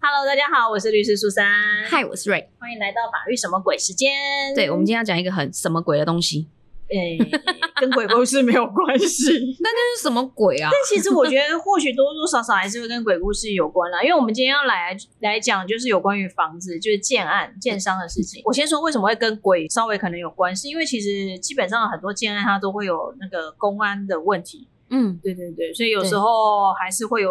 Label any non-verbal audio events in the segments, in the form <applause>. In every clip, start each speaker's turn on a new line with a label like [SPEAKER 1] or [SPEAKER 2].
[SPEAKER 1] Hello，大家好，我是律师苏珊，
[SPEAKER 2] 嗨，我是瑞。
[SPEAKER 1] 欢迎来到法律什么鬼时间。
[SPEAKER 2] 对，我们今天要讲一个很什么鬼的东西，
[SPEAKER 1] 诶、哎跟鬼故事没有关
[SPEAKER 2] <laughs>
[SPEAKER 1] 系。
[SPEAKER 2] 那是什么鬼啊
[SPEAKER 1] 但？其实我觉得，或许多多少少还是会跟鬼故事有关啦。因为我们今天要来来讲，就是有关于房子，就是建案、建商的事情。我先说为什么会跟鬼稍微可能有关，是因为其实基本上很多建案它都会有那个公安的问题。
[SPEAKER 2] 嗯，
[SPEAKER 1] 对对对，所以有时候还是会有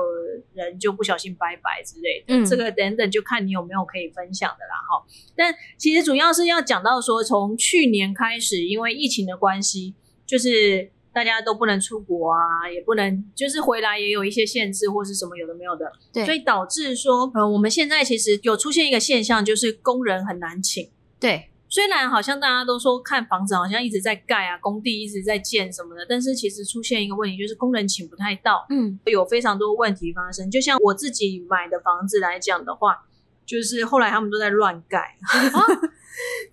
[SPEAKER 1] 人就不小心拜拜之类的，
[SPEAKER 2] 嗯
[SPEAKER 1] 这个等等就看你有没有可以分享的啦哈。但其实主要是要讲到说，从去年开始，因为疫情的关系，就是大家都不能出国啊，也不能就是回来也有一些限制或是什么有的没有的，
[SPEAKER 2] 对
[SPEAKER 1] 所以导致说，呃，我们现在其实有出现一个现象，就是工人很难请。
[SPEAKER 2] 对，
[SPEAKER 1] 虽然好像大家都说看房子好像一直在盖啊，工地一直在建什么的，但是其实出现一个问题，就是工人请不太到，
[SPEAKER 2] 嗯，
[SPEAKER 1] 有非常多问题发生。就像我自己买的房子来讲的话，就是后来他们都在乱盖，
[SPEAKER 2] 啊
[SPEAKER 1] <laughs>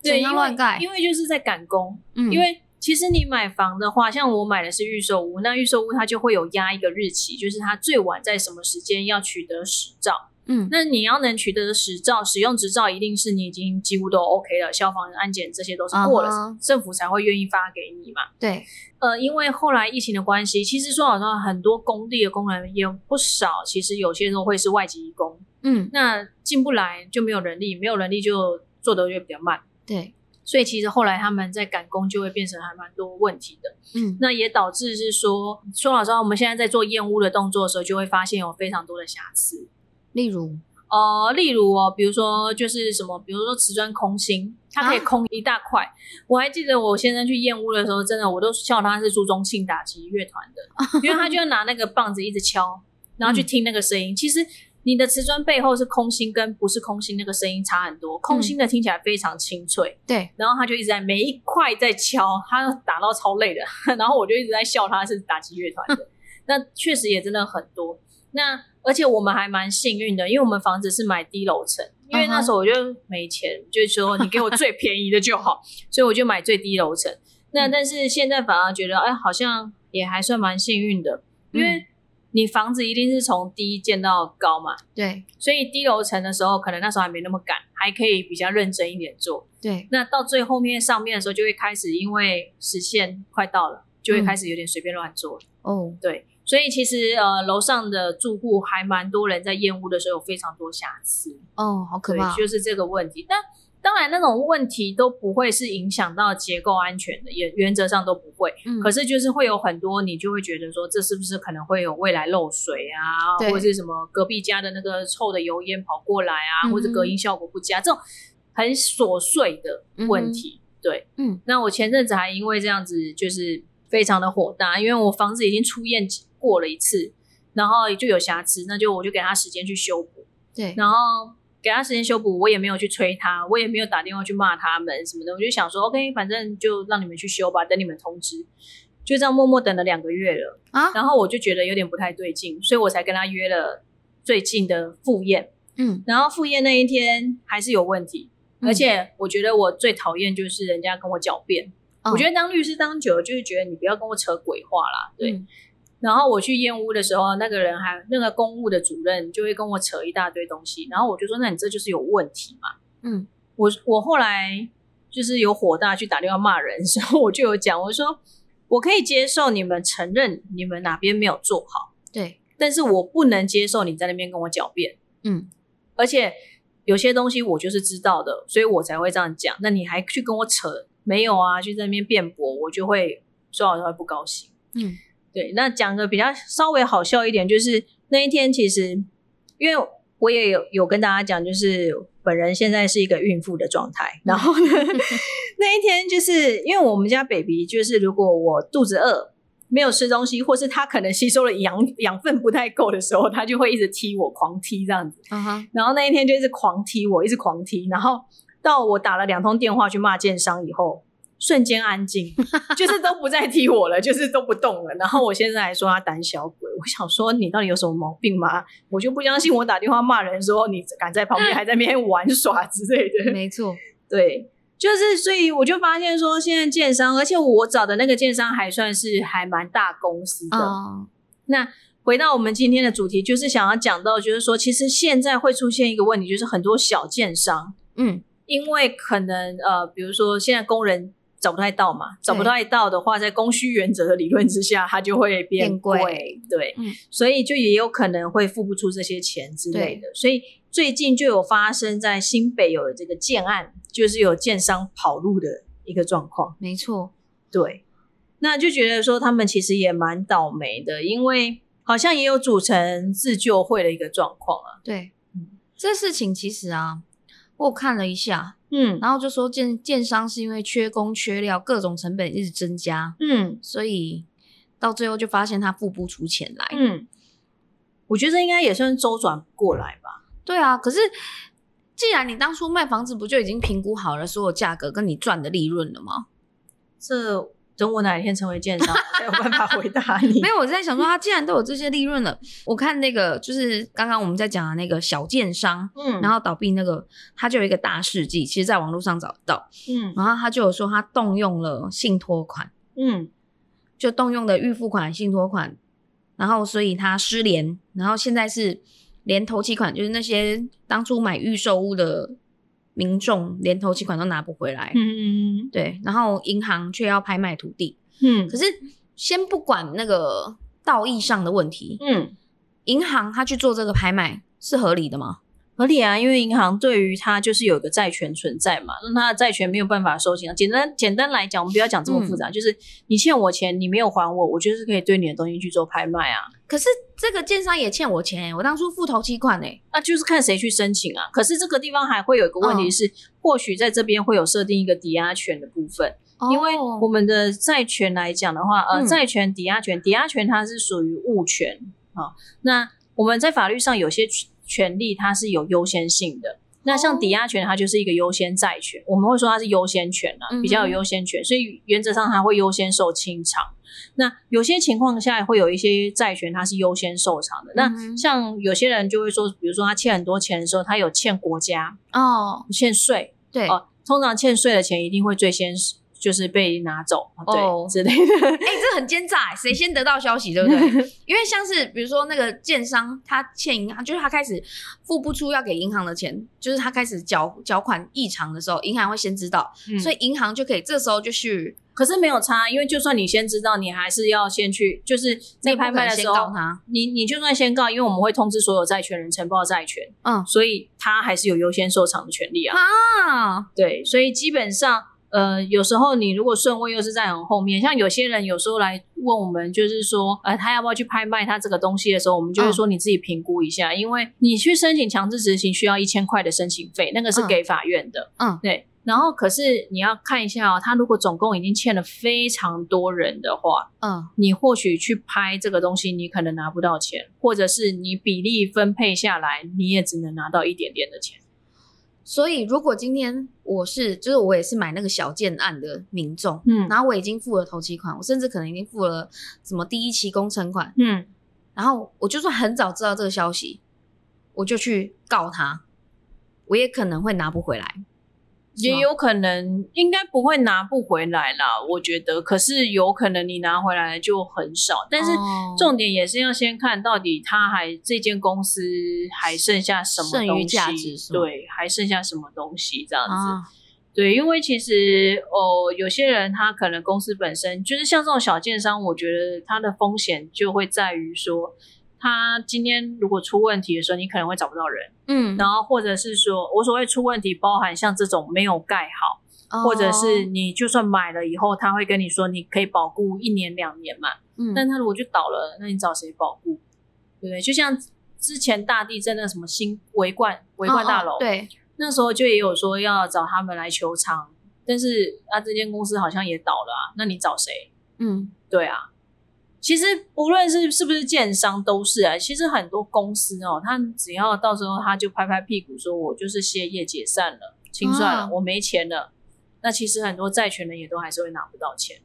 [SPEAKER 2] 怎样乱盖
[SPEAKER 1] 因为因为就是在赶工，
[SPEAKER 2] 嗯，
[SPEAKER 1] 因为。其实你买房的话，像我买的是预售屋，那预售屋它就会有压一个日期，就是它最晚在什么时间要取得实照。
[SPEAKER 2] 嗯，
[SPEAKER 1] 那你要能取得执照，使用执照一定是你已经几乎都 OK 了，消防、安检这些都是过了
[SPEAKER 2] 嗯哼
[SPEAKER 1] 政府才会愿意发给你嘛。
[SPEAKER 2] 对，
[SPEAKER 1] 呃，因为后来疫情的关系，其实说老实话，很多工地的工人也有不少，其实有些时候会是外籍移工，
[SPEAKER 2] 嗯，
[SPEAKER 1] 那进不来就没有人力，没有人力就做得越比较慢，
[SPEAKER 2] 对，
[SPEAKER 1] 所以其实后来他们在赶工就会变成还蛮多问题的。
[SPEAKER 2] 嗯，
[SPEAKER 1] 那也导致是说，说老实话，我们现在在做验屋的动作的时候，就会发现有非常多的瑕疵。
[SPEAKER 2] 例如，
[SPEAKER 1] 呃，例如哦，比如说就是什么，比如说瓷砖空心，它可以
[SPEAKER 2] 啊
[SPEAKER 1] 空一大块。我还记得我先生去验屋的时候，真的我都笑他是朱宗庆打击乐团的，因为他就要拿那个棒子一直敲，然后去
[SPEAKER 2] 嗯
[SPEAKER 1] 听那个声音。其实你的瓷砖背后是空心跟不是空心那个声音差很多，空
[SPEAKER 2] 嗯
[SPEAKER 1] 心的听起来非常清脆，
[SPEAKER 2] 对，
[SPEAKER 1] 然后他就一直在每一块在敲，他打到超累的， <laughs> 然后我就一直在笑他是打击乐团的。 <laughs> 那确实也真的很多。那而且我们还蛮幸运的，因为我们房子是买低楼层，因为那时候我就没钱，就是说你给我最便宜的就好， <laughs> 所以我就买最低楼层。那
[SPEAKER 2] 嗯
[SPEAKER 1] 但是现在反而觉得，哎，好像也还算蛮幸运的，因为你房子一定是从低建到高嘛，
[SPEAKER 2] 对，
[SPEAKER 1] 所以低楼层的时候，可能那时候还没那么赶，还可以比较认真一点做。
[SPEAKER 2] 对，
[SPEAKER 1] 那到最后面上面的时候，就会开始因为时限快到了，就会
[SPEAKER 2] 嗯
[SPEAKER 1] 开始有点随便乱做了
[SPEAKER 2] 哦，
[SPEAKER 1] 对，所以其实呃，楼上的住户还蛮多人在验屋的时候有非常多瑕疵，
[SPEAKER 2] 哦，好可
[SPEAKER 1] 对
[SPEAKER 2] 怕，，
[SPEAKER 1] 就是这个问题。那当然，那种问题都不会是影响到结构安全的，也原则上都不会。
[SPEAKER 2] 嗯，
[SPEAKER 1] 可，是就是会有很多，你就会觉得说，这是不是可能会有未来漏水啊，
[SPEAKER 2] 对
[SPEAKER 1] 或者是什么隔壁家的那个臭的油烟跑过来啊，
[SPEAKER 2] 嗯哼
[SPEAKER 1] 或者隔音效果不佳，这种很琐碎的问题。对，
[SPEAKER 2] 嗯，
[SPEAKER 1] 那我前阵子还因为这样子，就是非常的火大，因为我房子已经出验过了一次，然后就有瑕疵，那就我就给他时间去修补，
[SPEAKER 2] 对，
[SPEAKER 1] 然后给他时间修补，我也没有去催他，我也没有打电话去骂他们什么的，我就想说，OK，反正就让你们去修吧，等你们通知。就这样默默等了两个月了，
[SPEAKER 2] 啊，
[SPEAKER 1] 然后我就觉得有点不太对劲，所以我才跟他约了最近的复验。
[SPEAKER 2] 嗯，
[SPEAKER 1] 然后复验那一天还是有问题，
[SPEAKER 2] 嗯
[SPEAKER 1] 而且我觉得我最讨厌就是人家跟我狡辩。
[SPEAKER 2] 哦
[SPEAKER 1] 我觉得当律师当久了，就是觉得你不要跟我扯鬼话啦，对。
[SPEAKER 2] 嗯，
[SPEAKER 1] 然后我去验屋的时候，那个人还那个公务的主任就会跟我扯一大堆东西，然后我就说：“那你这就是有问题嘛。
[SPEAKER 2] 嗯，”
[SPEAKER 1] 我我后来就是有火大去打电话骂人，时候我就有讲，我说嗯我可以接受你们承认你们哪边没有做好，
[SPEAKER 2] 对，
[SPEAKER 1] 但是我不能接受你在那边跟我狡辩，
[SPEAKER 2] 嗯，
[SPEAKER 1] 而且有些东西我就是知道的，所以我才会这样讲。那你还去跟我扯没有啊？去在那边辩驳，我就会说好像会不高兴。
[SPEAKER 2] 嗯，
[SPEAKER 1] 对，那讲个比较稍微好笑一点，就是那一天其实，因为我也有有跟大家讲，就是本人现在是一个孕妇的状态，然后呢，那一天就是因为我们家 baby 就是如果我肚子饿。没有吃东西，或是他可能吸收了养养分不太够的时候，他就会一直踢我，狂踢这样子。<laughs>
[SPEAKER 2] 啊哈，
[SPEAKER 1] 然后那一天就一直狂踢我，一直狂踢，然后到我打了两通电话去骂建商以后，瞬间安静，就是都不再踢我了，就是都不动了。然后我先生还说他胆小鬼，我想说你到底有什么毛病吗？我就不相信我打电话骂人的时候，你敢在旁边还在那边玩耍之类的。
[SPEAKER 2] 没错，
[SPEAKER 1] <laughs> 对，就是所以我就发现说，现在
[SPEAKER 2] 哦
[SPEAKER 1] 建商，而且我找的那个建商还算是还蛮大公司的，
[SPEAKER 2] 啊，
[SPEAKER 1] 那回到我们今天的主题，就是想要讲到，就是说，其实现在会出现一个问题，就是很多小建商，
[SPEAKER 2] 嗯，
[SPEAKER 1] 因为可能呃，比如说现在工人找不太到嘛，找不
[SPEAKER 2] 对
[SPEAKER 1] 太到的话，在供需原则的理论之下，它就会变
[SPEAKER 2] 变
[SPEAKER 1] 贵，
[SPEAKER 2] 贵
[SPEAKER 1] 对，
[SPEAKER 2] 嗯
[SPEAKER 1] 所以就也有可能会付不出这些钱之类的。所以最近就有发生在新北有这个建案，就是有建商跑路的一个状况。
[SPEAKER 2] 没错，
[SPEAKER 1] 对，那就觉得说他们其实也蛮倒霉的，因为好像也有组成自救会的一个状况啊。
[SPEAKER 2] 对
[SPEAKER 1] 嗯，
[SPEAKER 2] 这事情其实啊，我有看了一下，
[SPEAKER 1] 嗯
[SPEAKER 2] 然后就说建建商是因为缺工缺料，各种成本一直增加，
[SPEAKER 1] 嗯
[SPEAKER 2] 所以到最后就发现他付不出钱来。
[SPEAKER 1] 嗯，我觉得这应该也算周转不过来吧。
[SPEAKER 2] 对啊，可是既然你当初卖房子不就已经评估好了所有价格跟你赚的利润了吗？
[SPEAKER 1] 这等我哪一天成为建商，我才有办法回答你。
[SPEAKER 2] <laughs> 没有，我在想说，他既然都有这些利润了，我看那个就是刚刚我们在讲的那个小建商。
[SPEAKER 1] 嗯
[SPEAKER 2] 然
[SPEAKER 1] 后
[SPEAKER 2] 后倒闭那个，他就有一个大事迹，其实在网络上找得到。
[SPEAKER 1] 嗯
[SPEAKER 2] 然后他就有说他动用了信托款，
[SPEAKER 1] 嗯
[SPEAKER 2] 就动用的预付款、信托款，然后所以他失联，然后现在是连头期款，就是那些当初买预售屋的民众连头期款都拿不回来，
[SPEAKER 1] 嗯
[SPEAKER 2] 对，然后银行却要拍卖土地，
[SPEAKER 1] 嗯
[SPEAKER 2] 可是先不管那个道义上的问题，
[SPEAKER 1] 嗯，
[SPEAKER 2] 银行他去做这个拍卖是合理的吗？
[SPEAKER 1] 合理啊，因为银行对于它就是有一个债权存在嘛，那它的债权没有办法收紧啊。简单简单来讲，我们不要讲这么复杂，就是你欠我钱，你没有还我，我就是可以对你的东西去做拍卖啊。
[SPEAKER 2] 可是这个建商也欠我钱、欸，我当初付头期款哎、
[SPEAKER 1] 那就是看谁去申请啊。可是这个地方还会有一个问题
[SPEAKER 2] 嗯
[SPEAKER 1] 是，或许在这边会有设定一个抵押权的部分。因为
[SPEAKER 2] 哦
[SPEAKER 1] 我们的债权来讲的话，呃，
[SPEAKER 2] 嗯
[SPEAKER 1] 债权、抵押权，抵押权它是属于物权啊、那我们在法律上有些权权利它是有优先性的。那像
[SPEAKER 2] 哦
[SPEAKER 1] 抵押权，它就是一个优先债权，我们会说它是优先权啊
[SPEAKER 2] 嗯，哼
[SPEAKER 1] 比较有优先权，所以原则上它会优先受清偿。那有些情况下会有一些债权，它是优先受偿的。
[SPEAKER 2] 嗯
[SPEAKER 1] 那
[SPEAKER 2] 哼
[SPEAKER 1] 像有些人就会说，比如说他欠很多钱的时候，他有欠国家、
[SPEAKER 2] 哦，
[SPEAKER 1] 欠税，
[SPEAKER 2] 对，
[SPEAKER 1] 哦，通常欠税的钱一定会最先就是被拿走，对、
[SPEAKER 2] 哦
[SPEAKER 1] 之类的。
[SPEAKER 2] 哎、这很奸诈欸，谁先得到消息，对不对？因为像是比如说那个建商，他欠银行，就是他开始付不出要给银行的钱，就是他开始缴缴款异常的时候，银行会先知道，所
[SPEAKER 1] 所以
[SPEAKER 2] 以银行就可以这时候就去
[SPEAKER 1] <laughs> 可是没有差，啊因为就算你先知道，你还是要先去，就是在
[SPEAKER 2] 内部
[SPEAKER 1] 拍
[SPEAKER 2] 可
[SPEAKER 1] 卖
[SPEAKER 2] 能
[SPEAKER 1] 的时
[SPEAKER 2] 先
[SPEAKER 1] 候，
[SPEAKER 2] 告他，
[SPEAKER 1] 你你就算先告，因为我们会通知所有债权人呈报债权，
[SPEAKER 2] 嗯
[SPEAKER 1] 所以他还是有优先受偿的权利啊。
[SPEAKER 2] 啊，
[SPEAKER 1] 对，所以基本上。呃，有时候你如果顺位又是在很后面，像有些人有时候来问我们，就是说，呃，他要不要去拍卖他这个东西的时候，我们就会说你自己评估一下，因为你去申请强制执行需要一千块的申请费，那个是
[SPEAKER 2] 嗯
[SPEAKER 1] 给法院的，
[SPEAKER 2] 嗯
[SPEAKER 1] 对。然后可是你要看一下哦，他如果总共已经欠了非常多人的话，
[SPEAKER 2] 嗯
[SPEAKER 1] 你或许去拍这个东西，你可能拿不到钱，或者是你比例分配下来，你也只能拿到一点点的钱。
[SPEAKER 2] 所以如果今天我是，就是我也是买那个小建案的民众，
[SPEAKER 1] 嗯
[SPEAKER 2] 然后我已经付了头期款，我甚至可能已经付了什么第一期工程款，
[SPEAKER 1] 嗯，
[SPEAKER 2] 然后我就算很早知道这个消息，我就去告他，我也可能会拿不回来。是
[SPEAKER 1] 也
[SPEAKER 2] 吗
[SPEAKER 1] 有可能应该不会拿不回来啦，我觉得。可是有可能你拿回来就很少，但是
[SPEAKER 2] 哦
[SPEAKER 1] 重点也是要先看到底他还这间公司还剩下什么
[SPEAKER 2] 剩余
[SPEAKER 1] 东西，
[SPEAKER 2] 价值是吗
[SPEAKER 1] 对，还剩下什么东西这样子。
[SPEAKER 2] 啊，
[SPEAKER 1] 对，因为其实哦，有些人他可能公司本身就是像这种小建商，我觉得它的风险就会在于说，他今天如果出问题的时候，你可能会找不到人，
[SPEAKER 2] 嗯，
[SPEAKER 1] 然后或者是说，我所谓出问题，包含像这种没有盖好。
[SPEAKER 2] 哦
[SPEAKER 1] 或者是你就算买了以后，他会跟你说你可以保固一年两年嘛，
[SPEAKER 2] 嗯，
[SPEAKER 1] 但他如果就倒了，那你找谁保固？对不对？就像之前大地震那什么新围冠围冠大楼，
[SPEAKER 2] 哦哦对，
[SPEAKER 1] 那时候就也有说要找他们来求偿，但是啊，这间公司好像也倒了啊，那你找谁？
[SPEAKER 2] 嗯，
[SPEAKER 1] 对啊，其实无论是是不是建商都是啊，其实很多公司哦，他只要到时候他就拍拍屁股说，我就是歇业解散了，清算了，
[SPEAKER 2] 啊
[SPEAKER 1] 我没钱了。那其实很多债权人也都还是会拿不到
[SPEAKER 2] <laughs>
[SPEAKER 1] 钱。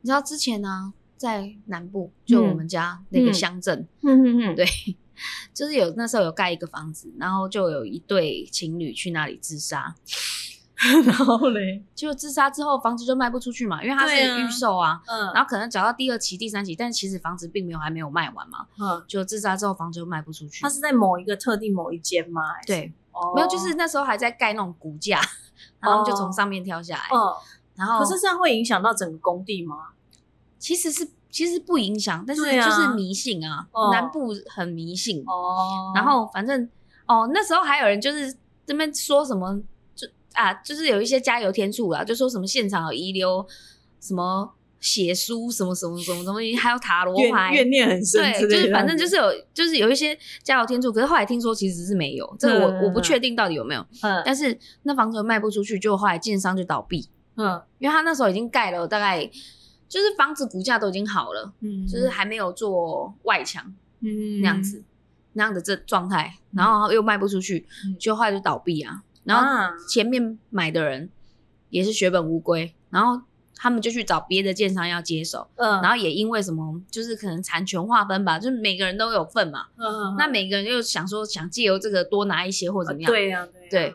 [SPEAKER 2] 你知道之前呢、在南部，就我们家那个乡镇，
[SPEAKER 1] 嗯嗯嗯，
[SPEAKER 2] 对就是有那时候有盖一个房子，然后就有一对情侣去那里自杀。
[SPEAKER 1] 然后嘞，
[SPEAKER 2] 就自杀之后房子就卖不出去嘛，因为它是
[SPEAKER 1] 对啊
[SPEAKER 2] 预售啊。
[SPEAKER 1] 嗯
[SPEAKER 2] 然后可能找到第二期、第三期，但其实房子并没有还没有卖完嘛，
[SPEAKER 1] 嗯，
[SPEAKER 2] 就自杀之后房子就卖不出去
[SPEAKER 1] 它。是在某一个特定某一间吗？还是，
[SPEAKER 2] 对，
[SPEAKER 1] 哦
[SPEAKER 2] 没有，就是那时候还在盖那种骨架，然后他们就从上面跳下来。
[SPEAKER 1] 嗯，
[SPEAKER 2] 然后
[SPEAKER 1] 可是这样会影响到整个工地吗？
[SPEAKER 2] 其实是其实不影响，但是
[SPEAKER 1] 对啊
[SPEAKER 2] 就是迷信啊，
[SPEAKER 1] 哦
[SPEAKER 2] 南部很迷信。
[SPEAKER 1] 哦
[SPEAKER 2] 然后反正哦，那时候还有人就是这边说什么，就啊，就是有一些加油添醋啦，就说什么现场有遗留什么血书什么什么什么东西，还有塔罗
[SPEAKER 1] 怨
[SPEAKER 2] 牌。
[SPEAKER 1] 怨念很深
[SPEAKER 2] 对，
[SPEAKER 1] 之类的，
[SPEAKER 2] 就是反正就是有，就是有一些加油添醋，可是后来听说其实是没有，这个我、
[SPEAKER 1] 嗯
[SPEAKER 2] 我不确定到底有没有。
[SPEAKER 1] 嗯
[SPEAKER 2] 但是那房子卖不出去，就后来建商就倒闭，
[SPEAKER 1] 嗯
[SPEAKER 2] 因为他那时候已经盖了大概，就是房子骨架都已经好了，
[SPEAKER 1] 嗯，
[SPEAKER 2] 就是还没有做外墙
[SPEAKER 1] 嗯
[SPEAKER 2] 那样子、那样的这状态，然后又卖不出去，
[SPEAKER 1] 嗯
[SPEAKER 2] 就后来就倒闭啊。然
[SPEAKER 1] 啊
[SPEAKER 2] 后前面买的人也是血本无归，然后他们就去找别的建商要接手，
[SPEAKER 1] 嗯，
[SPEAKER 2] 然后也因为什么，就是可能产权划分吧，就是每个人都有份嘛，
[SPEAKER 1] 嗯哦
[SPEAKER 2] 那每个人又想说想借由这个多拿一些或怎么样，
[SPEAKER 1] 对呀对呀啊
[SPEAKER 2] 对。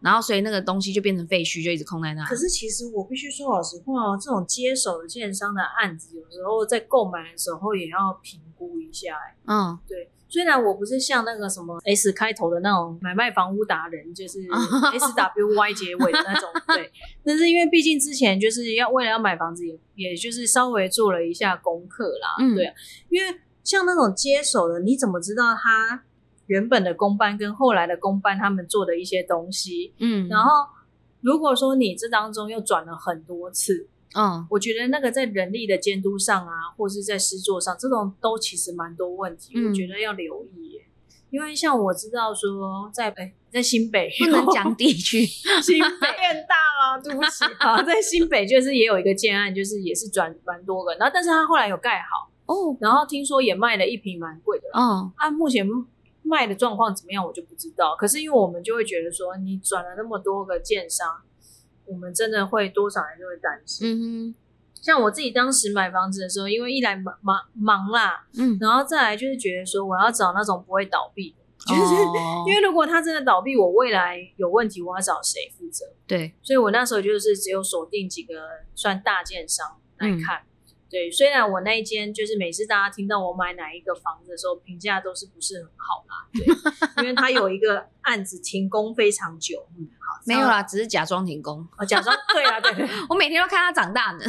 [SPEAKER 2] 然后所以那个东西就变成废墟，就一直空在那。
[SPEAKER 1] 可是其实我必须说老实话哦，这种接手的建商的案子，有时候在购买的时候也要评估一下、哎
[SPEAKER 2] 嗯，
[SPEAKER 1] 对，虽然我不是像那个什么 S 开头的那种买卖房屋达人，就是
[SPEAKER 2] <laughs>
[SPEAKER 1] S W Y 结尾的那种，对。但是因为毕竟之前就是要为了要买房子也，也就是稍微做了一下功课啦，
[SPEAKER 2] 嗯
[SPEAKER 1] 对啊。因为像那种接手的，你怎么知道他原本的公办跟后来的公办他们做的一些东西？
[SPEAKER 2] 嗯，
[SPEAKER 1] 然后如果说你这当中又转了很多次，
[SPEAKER 2] 嗯
[SPEAKER 1] 我觉得那个在人力的监督上啊，或是在施作上，这种都其实蛮多问题，
[SPEAKER 2] 嗯
[SPEAKER 1] 我觉得要留意耶。因为像我知道说在，北在新北
[SPEAKER 2] 不能讲地区，
[SPEAKER 1] 新北 <laughs> 变大了，对不起啊，在新北就是也有一个建案，就是也是转蛮多个，然后但是他后来有盖好，
[SPEAKER 2] 哦
[SPEAKER 1] 然后听说也卖了一瓶蛮贵的，
[SPEAKER 2] 哦，
[SPEAKER 1] 按、啊目前卖的状况怎么样，我就不知道。可是因为我们就会觉得说，你转了那么多个建商，我们真的会多少人就会担心。
[SPEAKER 2] 嗯
[SPEAKER 1] 像我自己当时买房子的时候，因为一来忙忙忙啦，
[SPEAKER 2] 哼，嗯，
[SPEAKER 1] 然后再来就是觉得说我要找那种不会倒闭的，就是、
[SPEAKER 2] <laughs> 哦
[SPEAKER 1] 因为如果他真的倒闭，我未来有问题，我要找谁负责？
[SPEAKER 2] 对，
[SPEAKER 1] 所以我那时候就是只有锁定几个算大建商来
[SPEAKER 2] 嗯
[SPEAKER 1] 看。对，虽然我那一间就是每次大家听到我买哪一个房子的时候，评价都是不是很好啦，对，因为它有一个案子停工非常久，嗯，好，
[SPEAKER 2] 没有啦，只是假装停工。
[SPEAKER 1] 哦，假装对啊，对， <laughs>
[SPEAKER 2] 我每天都看他长大呢。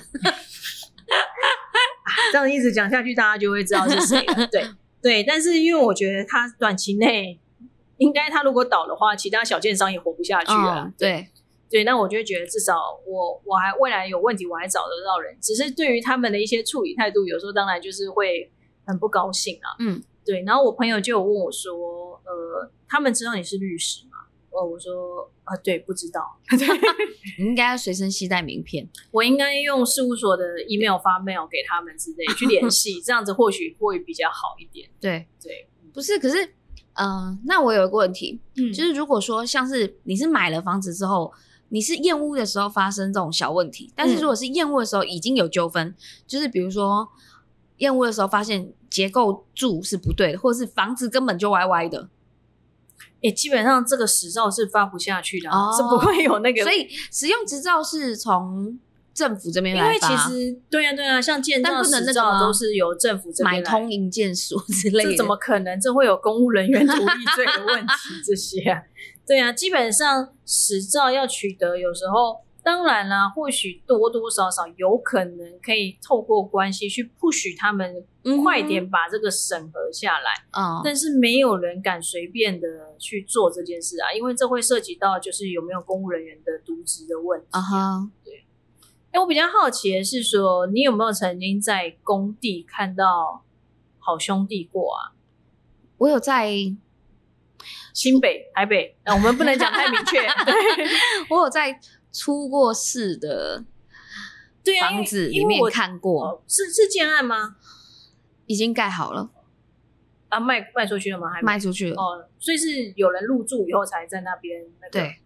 [SPEAKER 1] 这样一直讲下去，大家就会知道是谁了。对对，但是因为我觉得他短期内，应该他如果倒的话，其他小建商也活不下去了。
[SPEAKER 2] 嗯，对，
[SPEAKER 1] 对，那我就会觉得至少我我还未来有问题，我还找得到人。只是对于他们的一些处理态度，有时候当然就是会很不高兴啊。
[SPEAKER 2] 嗯，
[SPEAKER 1] 对。然后我朋友就有问我说，呃，他们知道你是律师吗？呃，我说啊，对，不知道。
[SPEAKER 2] 你应该要随身携带名片。
[SPEAKER 1] 我应该用事务所的 email 发 mail 给他们之类去联
[SPEAKER 2] <laughs>
[SPEAKER 1] 系，这样子或许会比较好一点。
[SPEAKER 2] 对，
[SPEAKER 1] 对，嗯
[SPEAKER 2] 不是，可是，嗯，那我有一个问题，
[SPEAKER 1] 嗯
[SPEAKER 2] 就是如果说像是你是买了房子之后。你是验屋的时候发生这种小问题，但是
[SPEAKER 1] 嗯
[SPEAKER 2] 如果是验屋的时候已经有纠纷，就是比如说验屋的时候发现结构柱是不对的，或者是房子根本就歪歪的，
[SPEAKER 1] 也、基本上这个时照是发不下去的、啊，
[SPEAKER 2] 哦
[SPEAKER 1] 是不会有那个。
[SPEAKER 2] 所以使用执照是从政府这边
[SPEAKER 1] 因
[SPEAKER 2] 来
[SPEAKER 1] 为
[SPEAKER 2] 发，
[SPEAKER 1] 其实对啊呀、对呀、像建造
[SPEAKER 2] 但不能
[SPEAKER 1] 执
[SPEAKER 2] 那个吗
[SPEAKER 1] 照都是由政府这边
[SPEAKER 2] 买
[SPEAKER 1] 来
[SPEAKER 2] 通营建署之类的，
[SPEAKER 1] 这怎么可能？这会有公务人员 <laughs> 图利罪的问题，这些、啊。对啊，基本上执照要取得，有时候当然啦，或许多多少少有可能可以透过关系去 push 他们
[SPEAKER 2] 嗯哼
[SPEAKER 1] 快点把这个审核下来，
[SPEAKER 2] 嗯，
[SPEAKER 1] 但是没有人敢随便的去做这件事啊，因为这会涉及到就是有没有公务人员的渎职的问题。
[SPEAKER 2] 啊哈，
[SPEAKER 1] 哎，我比较好奇的是说，你有没有曾经在工地看到好兄弟过啊？
[SPEAKER 2] 我有在，
[SPEAKER 1] 新北、台北，呃、我们不能讲太明
[SPEAKER 2] <laughs>
[SPEAKER 1] 确。
[SPEAKER 2] 我有在出过事的
[SPEAKER 1] 对啊，因为
[SPEAKER 2] 房子里
[SPEAKER 1] 因为
[SPEAKER 2] 面
[SPEAKER 1] 我
[SPEAKER 2] 看过，
[SPEAKER 1] 哦是是建案吗？
[SPEAKER 2] 已经盖好了，
[SPEAKER 1] 啊，卖卖出去了吗？还没
[SPEAKER 2] 卖出去了。
[SPEAKER 1] 哦，所以是有人入住以后才在那边那个。
[SPEAKER 2] 对，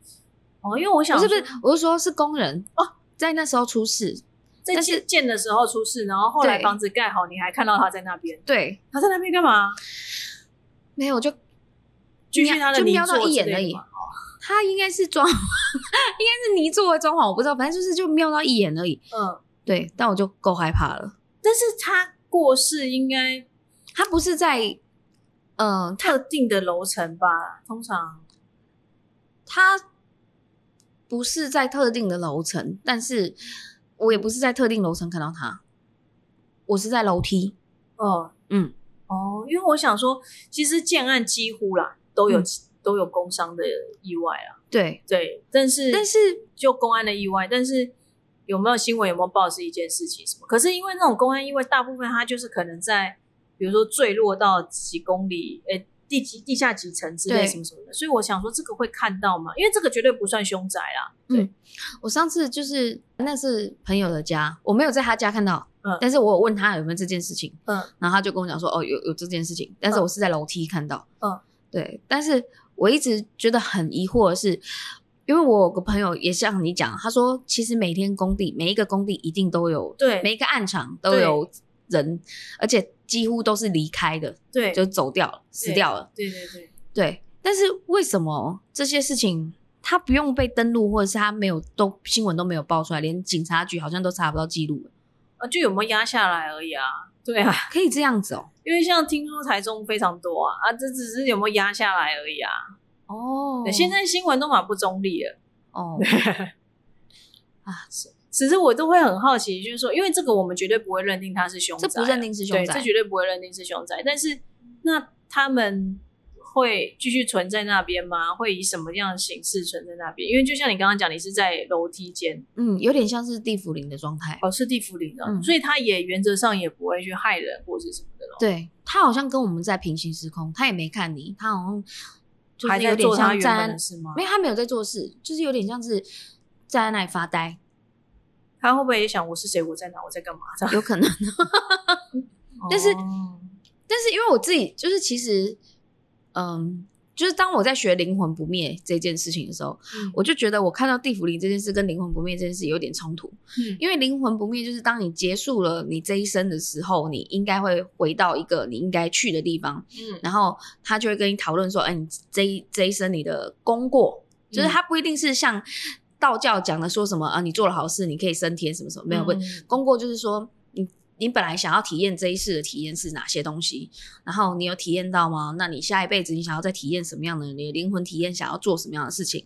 [SPEAKER 1] 哦，因为我
[SPEAKER 2] 不
[SPEAKER 1] 想
[SPEAKER 2] 是
[SPEAKER 1] 说
[SPEAKER 2] 不是，我是说是工人哦，在那时候出事，
[SPEAKER 1] 在
[SPEAKER 2] 但是
[SPEAKER 1] 建建的时候出事，然后后来
[SPEAKER 2] 对
[SPEAKER 1] 房子盖好，你还看到他在那边，
[SPEAKER 2] 对，
[SPEAKER 1] 他在那边干嘛？
[SPEAKER 2] 没有就
[SPEAKER 1] 继续他的
[SPEAKER 2] 就
[SPEAKER 1] 泥
[SPEAKER 2] 瞄
[SPEAKER 1] 作
[SPEAKER 2] 到一
[SPEAKER 1] 之
[SPEAKER 2] 眼
[SPEAKER 1] 类
[SPEAKER 2] 而
[SPEAKER 1] 的哦
[SPEAKER 2] 已
[SPEAKER 1] 吗。
[SPEAKER 2] 他应该是装，应该是泥做的装潢，我不知道，反正就是就瞄到一眼而已。
[SPEAKER 1] 嗯，
[SPEAKER 2] 对，但我就够害怕了。
[SPEAKER 1] 但是他过世应该
[SPEAKER 2] 他不是在，呃，
[SPEAKER 1] 特定的楼层吧？通常
[SPEAKER 2] 他不是在特定的楼层，但是我也不是在特定楼层看到他，我是在楼梯。
[SPEAKER 1] 哦
[SPEAKER 2] 嗯，
[SPEAKER 1] 哦，因为我想说，其实建案几乎啦都有、
[SPEAKER 2] 嗯
[SPEAKER 1] 都有工伤的意外啦，
[SPEAKER 2] 对，
[SPEAKER 1] 对，但是
[SPEAKER 2] 但是
[SPEAKER 1] 就公安的意外，但是有没有新闻有没有报是一件事情，什么？可是因为那种公安意外，大部分它就是可能在，比如说坠落到几公里，诶、地几地下几层之类
[SPEAKER 2] 对
[SPEAKER 1] 什么什么的，所以我想说这个会看到吗？因为这个绝对不算凶宅啦，
[SPEAKER 2] 我上次就是那是朋友的家，我没有在他家看到，
[SPEAKER 1] 嗯
[SPEAKER 2] 但是我有问他有没有这件事情，
[SPEAKER 1] 嗯
[SPEAKER 2] 然后他就跟我讲说，哦，有有这件事情，但是
[SPEAKER 1] 嗯
[SPEAKER 2] 我是在楼梯看到，
[SPEAKER 1] 嗯，
[SPEAKER 2] 对，但是我一直觉得很疑惑的是，因为我有个朋友也像你讲，他说其实每天工地每一个工地一定都有，
[SPEAKER 1] 对
[SPEAKER 2] 每一个暗场都有人，而且几乎都是离开的，
[SPEAKER 1] 对，
[SPEAKER 2] 就走掉了，死掉了，
[SPEAKER 1] 对对对，
[SPEAKER 2] 对，但是为什么这些事情他不用被登录，或者是他没有都新闻都没有爆出来，连警察局好像都查不到记录，
[SPEAKER 1] 啊，就有没有压下来而已啊，对啊，
[SPEAKER 2] 可以这样子哦？
[SPEAKER 1] 因为像听说台中非常多啊，啊，这只是有没有压下来而已啊，
[SPEAKER 2] 哦
[SPEAKER 1] 对现在新闻都蛮不中立
[SPEAKER 2] <laughs>
[SPEAKER 1] 了。
[SPEAKER 2] 哦，
[SPEAKER 1] 只是我都会很好奇，就是说，因为这个我们绝对不会认定它是凶宅
[SPEAKER 2] 这
[SPEAKER 1] 啊，
[SPEAKER 2] 不认定是凶
[SPEAKER 1] 对，这
[SPEAKER 2] 宅，
[SPEAKER 1] 绝对不会认定是凶宅。但是那他们会继续存在那边吗？会以什么样的形式存在那边？因为就像你刚刚讲，你是在楼梯间，
[SPEAKER 2] 嗯，有点像是地府灵的状态。
[SPEAKER 1] 哦，是地府里的，
[SPEAKER 2] 嗯
[SPEAKER 1] 所以他也原则上也不会去害人或者什么的咯。
[SPEAKER 2] 对他好像跟我们在平行时空，他也没看你，他好像就
[SPEAKER 1] 还
[SPEAKER 2] 是
[SPEAKER 1] 在
[SPEAKER 2] 有点
[SPEAKER 1] 做他
[SPEAKER 2] 像
[SPEAKER 1] 原
[SPEAKER 2] 站
[SPEAKER 1] 本
[SPEAKER 2] 在
[SPEAKER 1] 的，事吗
[SPEAKER 2] 没？有他没有在做事，就是有点像是站在那里发呆，
[SPEAKER 1] 他会不会也想我是谁？我在哪？我在干嘛？这样。
[SPEAKER 2] 有可能。但是
[SPEAKER 1] 哦
[SPEAKER 2] 但是因为我自己就是其实，嗯，就是当我在学灵魂不灭这件事情的时候，
[SPEAKER 1] 嗯
[SPEAKER 2] 我就觉得我看到地府灵这件事跟灵魂不灭这件事有点冲突，
[SPEAKER 1] 嗯
[SPEAKER 2] 因为灵魂不灭就是当你结束了你这一生的时候，你应该会回到一个你应该去的地方，
[SPEAKER 1] 嗯
[SPEAKER 2] 然后他就会跟你讨论说，哎，你这一这一生你的功过，就是
[SPEAKER 1] 嗯
[SPEAKER 2] 他不一定是像道教讲的说什么啊，你做了好事你可以升天什么什么，没有，不
[SPEAKER 1] 嗯
[SPEAKER 2] 功过就是说，你你本来想要体验这一世的体验是哪些东西，然后你有体验到吗？那你下一辈子你想要再体验什么样的？你的灵魂体验想要做什么样的事情？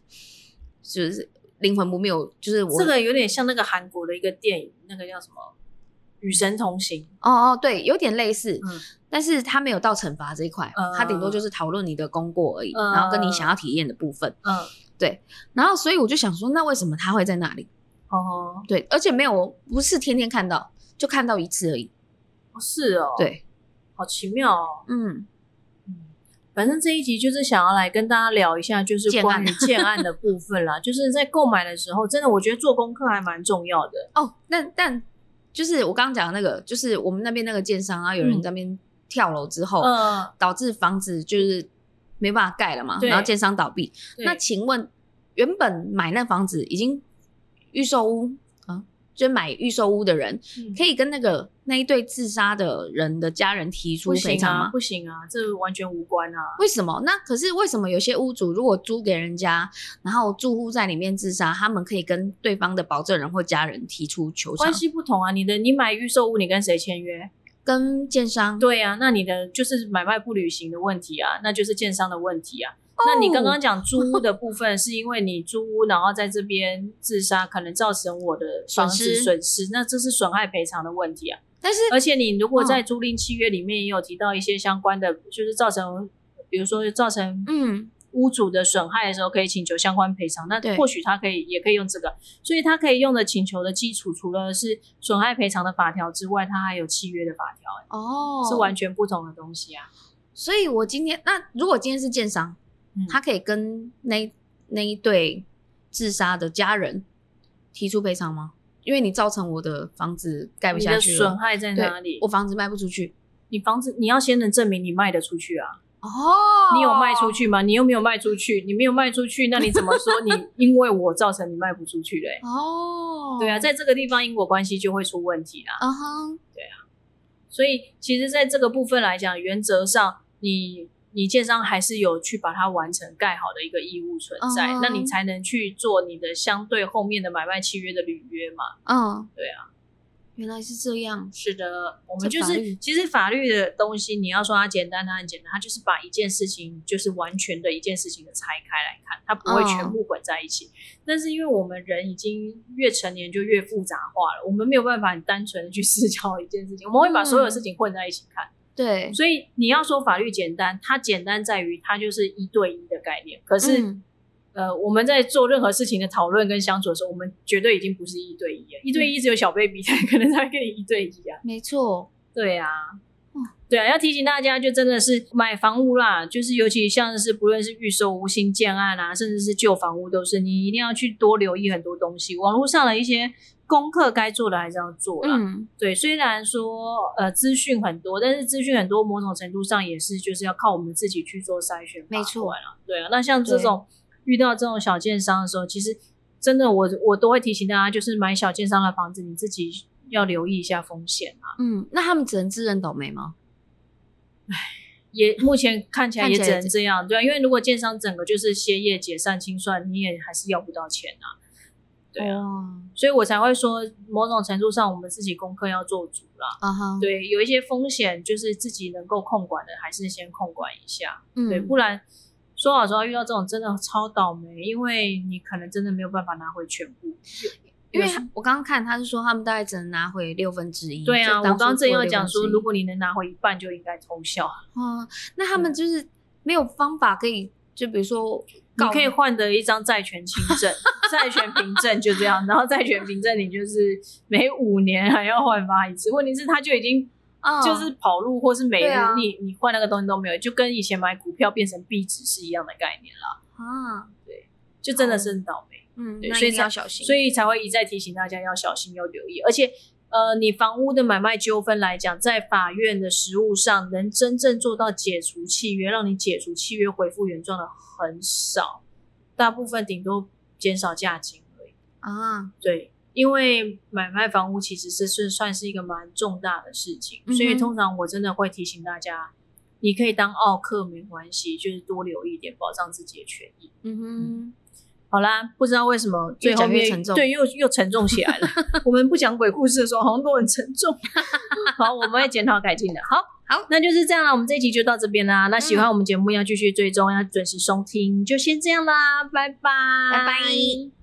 [SPEAKER 2] 就是灵魂不灭，我就是我
[SPEAKER 1] 这个有点像那个韩国的一个电影，那个叫什么《与神同行》。
[SPEAKER 2] 哦哦，对，有点类似，
[SPEAKER 1] 嗯
[SPEAKER 2] 但是他没有到惩罚这一块，
[SPEAKER 1] 嗯
[SPEAKER 2] 他顶多就是讨论你的功过而已，
[SPEAKER 1] 嗯
[SPEAKER 2] 然后跟你想要体验的部分。
[SPEAKER 1] 嗯，
[SPEAKER 2] 然后所以我就想说，那为什么他会在那里？
[SPEAKER 1] 哦，
[SPEAKER 2] 对，而且没有不是天天看到，就看到一次而已。
[SPEAKER 1] 哦是哦，，
[SPEAKER 2] 对，
[SPEAKER 1] 好奇妙哦。
[SPEAKER 2] 嗯，
[SPEAKER 1] 反正这一集就是想要来跟大家聊一下，就是
[SPEAKER 2] 建
[SPEAKER 1] 关
[SPEAKER 2] 案
[SPEAKER 1] 于建案的部分
[SPEAKER 2] <laughs>
[SPEAKER 1] 啦。就是在购买的时候，真的我觉得做功课还蛮重要的。
[SPEAKER 2] 哦，那但就是我刚刚讲的那个，就是我们那边那个建商啊，有人
[SPEAKER 1] 嗯
[SPEAKER 2] 在那边跳楼之后，
[SPEAKER 1] 嗯，
[SPEAKER 2] 导致房子就是没办法盖了嘛，
[SPEAKER 1] 对
[SPEAKER 2] 然后建商倒闭。
[SPEAKER 1] 对
[SPEAKER 2] 那请问，原本买那房子已经预售屋啊，就是买预售屋的人，
[SPEAKER 1] 嗯
[SPEAKER 2] 可以跟那个那一对自杀的人的家人提出
[SPEAKER 1] 不
[SPEAKER 2] 赔
[SPEAKER 1] 行
[SPEAKER 2] 偿
[SPEAKER 1] 啊
[SPEAKER 2] 吗，？
[SPEAKER 1] 不行啊，这完全无关啊。
[SPEAKER 2] 为什么？那可是为什么有些屋主如果租给人家，然后住户在里面自杀，他们可以跟对方的保证人或家人提出求偿
[SPEAKER 1] 关，系不同啊，你的你买预售屋，你跟谁签约？
[SPEAKER 2] 跟建商？
[SPEAKER 1] 对啊，那你的就是买卖不履行的问题啊，那就是建商的问题啊。那你刚
[SPEAKER 2] 哦
[SPEAKER 1] 刚讲租屋的部分，是因为你租屋，然后在这边自杀，可能造成我的房
[SPEAKER 2] 损
[SPEAKER 1] 子
[SPEAKER 2] 失
[SPEAKER 1] 损失，那这是损害赔偿的问题啊。
[SPEAKER 2] 但是
[SPEAKER 1] 而且你
[SPEAKER 2] 哦
[SPEAKER 1] 如果在租赁契约里面也有提到一些相关的，就是造成，比如说造成
[SPEAKER 2] 嗯，
[SPEAKER 1] 屋主的损害的时候，可以请求相关赔偿。那
[SPEAKER 2] 对
[SPEAKER 1] 或许他可以也可以用这个，所以他可以用的请求的基础，除了是损害赔偿的法条之外，它还有契约的法条、欸
[SPEAKER 2] 哦，
[SPEAKER 1] 是完全不同的东西啊。
[SPEAKER 2] 所以我今天那如果今天是建商，
[SPEAKER 1] 嗯
[SPEAKER 2] 他可以跟那那一对自杀的家人提出赔偿吗？因为你造成我的房子盖不
[SPEAKER 1] 你
[SPEAKER 2] 下
[SPEAKER 1] 的
[SPEAKER 2] 去
[SPEAKER 1] 损
[SPEAKER 2] 了，
[SPEAKER 1] 害在
[SPEAKER 2] 对
[SPEAKER 1] 哪里
[SPEAKER 2] 我？房子卖不出去。
[SPEAKER 1] 你房子你要先能证明你卖得出去啊。
[SPEAKER 2] 哦，
[SPEAKER 1] 你有卖出？去吗？你又没有卖出去，你没有卖出去，那你怎么说
[SPEAKER 2] <laughs>
[SPEAKER 1] 你因为我造成你卖不出去嘞？
[SPEAKER 2] 哦，
[SPEAKER 1] 对啊，在这个地方因果关系就会出问题啦。
[SPEAKER 2] 嗯哼，
[SPEAKER 1] 所以其实在这个部分来讲，原则上你。你建商还是有去把它完成盖好的一个义务存在，
[SPEAKER 2] 哦
[SPEAKER 1] 那你才能去做你的相对后面的买卖契约的履约嘛。
[SPEAKER 2] 嗯，
[SPEAKER 1] 对
[SPEAKER 2] 啊，原来是这样，
[SPEAKER 1] 是的，我们就
[SPEAKER 2] 这法
[SPEAKER 1] 是
[SPEAKER 2] 律
[SPEAKER 1] 其实法律的东西，你要说它简单，它很简单，它就是把一件事情就是完全的一件事情的拆开来看，它不会
[SPEAKER 2] 哦
[SPEAKER 1] 全部混在一起。但是因为我们人已经越成年就越复杂化了，我们没有办法很单纯的去 <laughs> 思考一件事情，我们会把所有事情混在一起看。
[SPEAKER 2] 嗯对，
[SPEAKER 1] 所以你要说法律简单，它简单在于它就是一对一的概念。可是，
[SPEAKER 2] 嗯
[SPEAKER 1] 呃，我们在做任何事情的讨论跟相处的时候，我们绝对已经不是一对一了。一
[SPEAKER 2] 嗯
[SPEAKER 1] 对一只有小 baby 才 <laughs> 可能才会跟你一对一啊。
[SPEAKER 2] 没错，
[SPEAKER 1] 对啊，
[SPEAKER 2] 嗯
[SPEAKER 1] 对啊，要提醒大家，就真的是买房屋啦，就是尤其像是不论是预售屋、新建案啊，甚至是旧房屋，都是你一定要去多留意很多东西。网络上的一些功课该做的还是要做啦。
[SPEAKER 2] 嗯，
[SPEAKER 1] 对，啊虽然说呃资讯很多，但是资讯很多，某种程度上也是就是要靠我们自己去做筛选把
[SPEAKER 2] 没错
[SPEAKER 1] 关了。对啊，那像这种遇到这种小建商的时候，其实真的我我都会提醒大家，就是买小建商的房子，你自己要留意一下风险啊。
[SPEAKER 2] 嗯，那他们只能自认倒霉吗？
[SPEAKER 1] 也目前看起来
[SPEAKER 2] 看
[SPEAKER 1] 也
[SPEAKER 2] 起来
[SPEAKER 1] 只能
[SPEAKER 2] 也
[SPEAKER 1] 这样，对啊，因为如果建商整个就是歇业、解散、清算，你也还是要不到钱啊。对啊
[SPEAKER 2] 哦，
[SPEAKER 1] 所以我才会说，某种程度上我们自己功课要做足啦。
[SPEAKER 2] 啊哈，
[SPEAKER 1] 对，有一些风险就是自己能够控管的，还是先控管一下。
[SPEAKER 2] 嗯，
[SPEAKER 1] 对，不然说老实话，遇到这种真的超倒霉，因为你可能真的没有办法拿回全部。
[SPEAKER 2] 因为
[SPEAKER 1] 有时
[SPEAKER 2] 他我刚刚看他是说他们大概只能拿回六分之一，
[SPEAKER 1] 对啊，
[SPEAKER 2] 就
[SPEAKER 1] 我刚
[SPEAKER 2] 当初
[SPEAKER 1] 刚正
[SPEAKER 2] 做
[SPEAKER 1] 要
[SPEAKER 2] 六
[SPEAKER 1] 讲
[SPEAKER 2] 分之
[SPEAKER 1] 说，
[SPEAKER 2] 一
[SPEAKER 1] 如果你能拿回一半，就应该偷笑。
[SPEAKER 2] 哦，那他们就是没有方法可以，就比如说
[SPEAKER 1] 你
[SPEAKER 2] 告
[SPEAKER 1] 可以换得一张债权凭证， <laughs> 债权凭证就这样，然后债权凭证你就是每五年还要换发一次。问题是他就已经
[SPEAKER 2] 哦
[SPEAKER 1] 就是跑路或是没
[SPEAKER 2] 对
[SPEAKER 1] 路，
[SPEAKER 2] 啊
[SPEAKER 1] 你你换那个东西都没有，就跟以前买股票变成币值是一样的概念啦，
[SPEAKER 2] 啊，
[SPEAKER 1] 就真的是很倒霉。
[SPEAKER 2] 嗯，
[SPEAKER 1] 对
[SPEAKER 2] 那
[SPEAKER 1] 所以
[SPEAKER 2] 一定要
[SPEAKER 1] 才
[SPEAKER 2] 小心，
[SPEAKER 1] 所
[SPEAKER 2] 以
[SPEAKER 1] 以才会一再提醒大家要小心，要留意。而且，呃，你房屋的买卖纠纷来讲，在法院的实务上，能真正做到解除契约，让你解除契约恢复原状的很少，大部分顶多减少价金而已。
[SPEAKER 2] 啊，
[SPEAKER 1] 对，因为买卖房屋其实是是算是一个蛮重大的事情，
[SPEAKER 2] 嗯哼
[SPEAKER 1] 所以通常我真的会提醒大家，你可以当奥客没关系，就是多留意一点，保障自己的权益。
[SPEAKER 2] 嗯
[SPEAKER 1] 好啦，不知道为什么最
[SPEAKER 2] 越
[SPEAKER 1] 后
[SPEAKER 2] 讲越
[SPEAKER 1] 面
[SPEAKER 2] 沉重
[SPEAKER 1] 对又又沉重起
[SPEAKER 2] <laughs>
[SPEAKER 1] 来了。我们不讲鬼故事的时候，好像都很沉重。好，我们会检讨改进的。好，
[SPEAKER 2] 好，嗯
[SPEAKER 1] 那就是这样啦。我们这一集就到这边啦。那喜欢我们节目要继续追踪，要准时收听，就先这样啦，拜拜，
[SPEAKER 2] 拜拜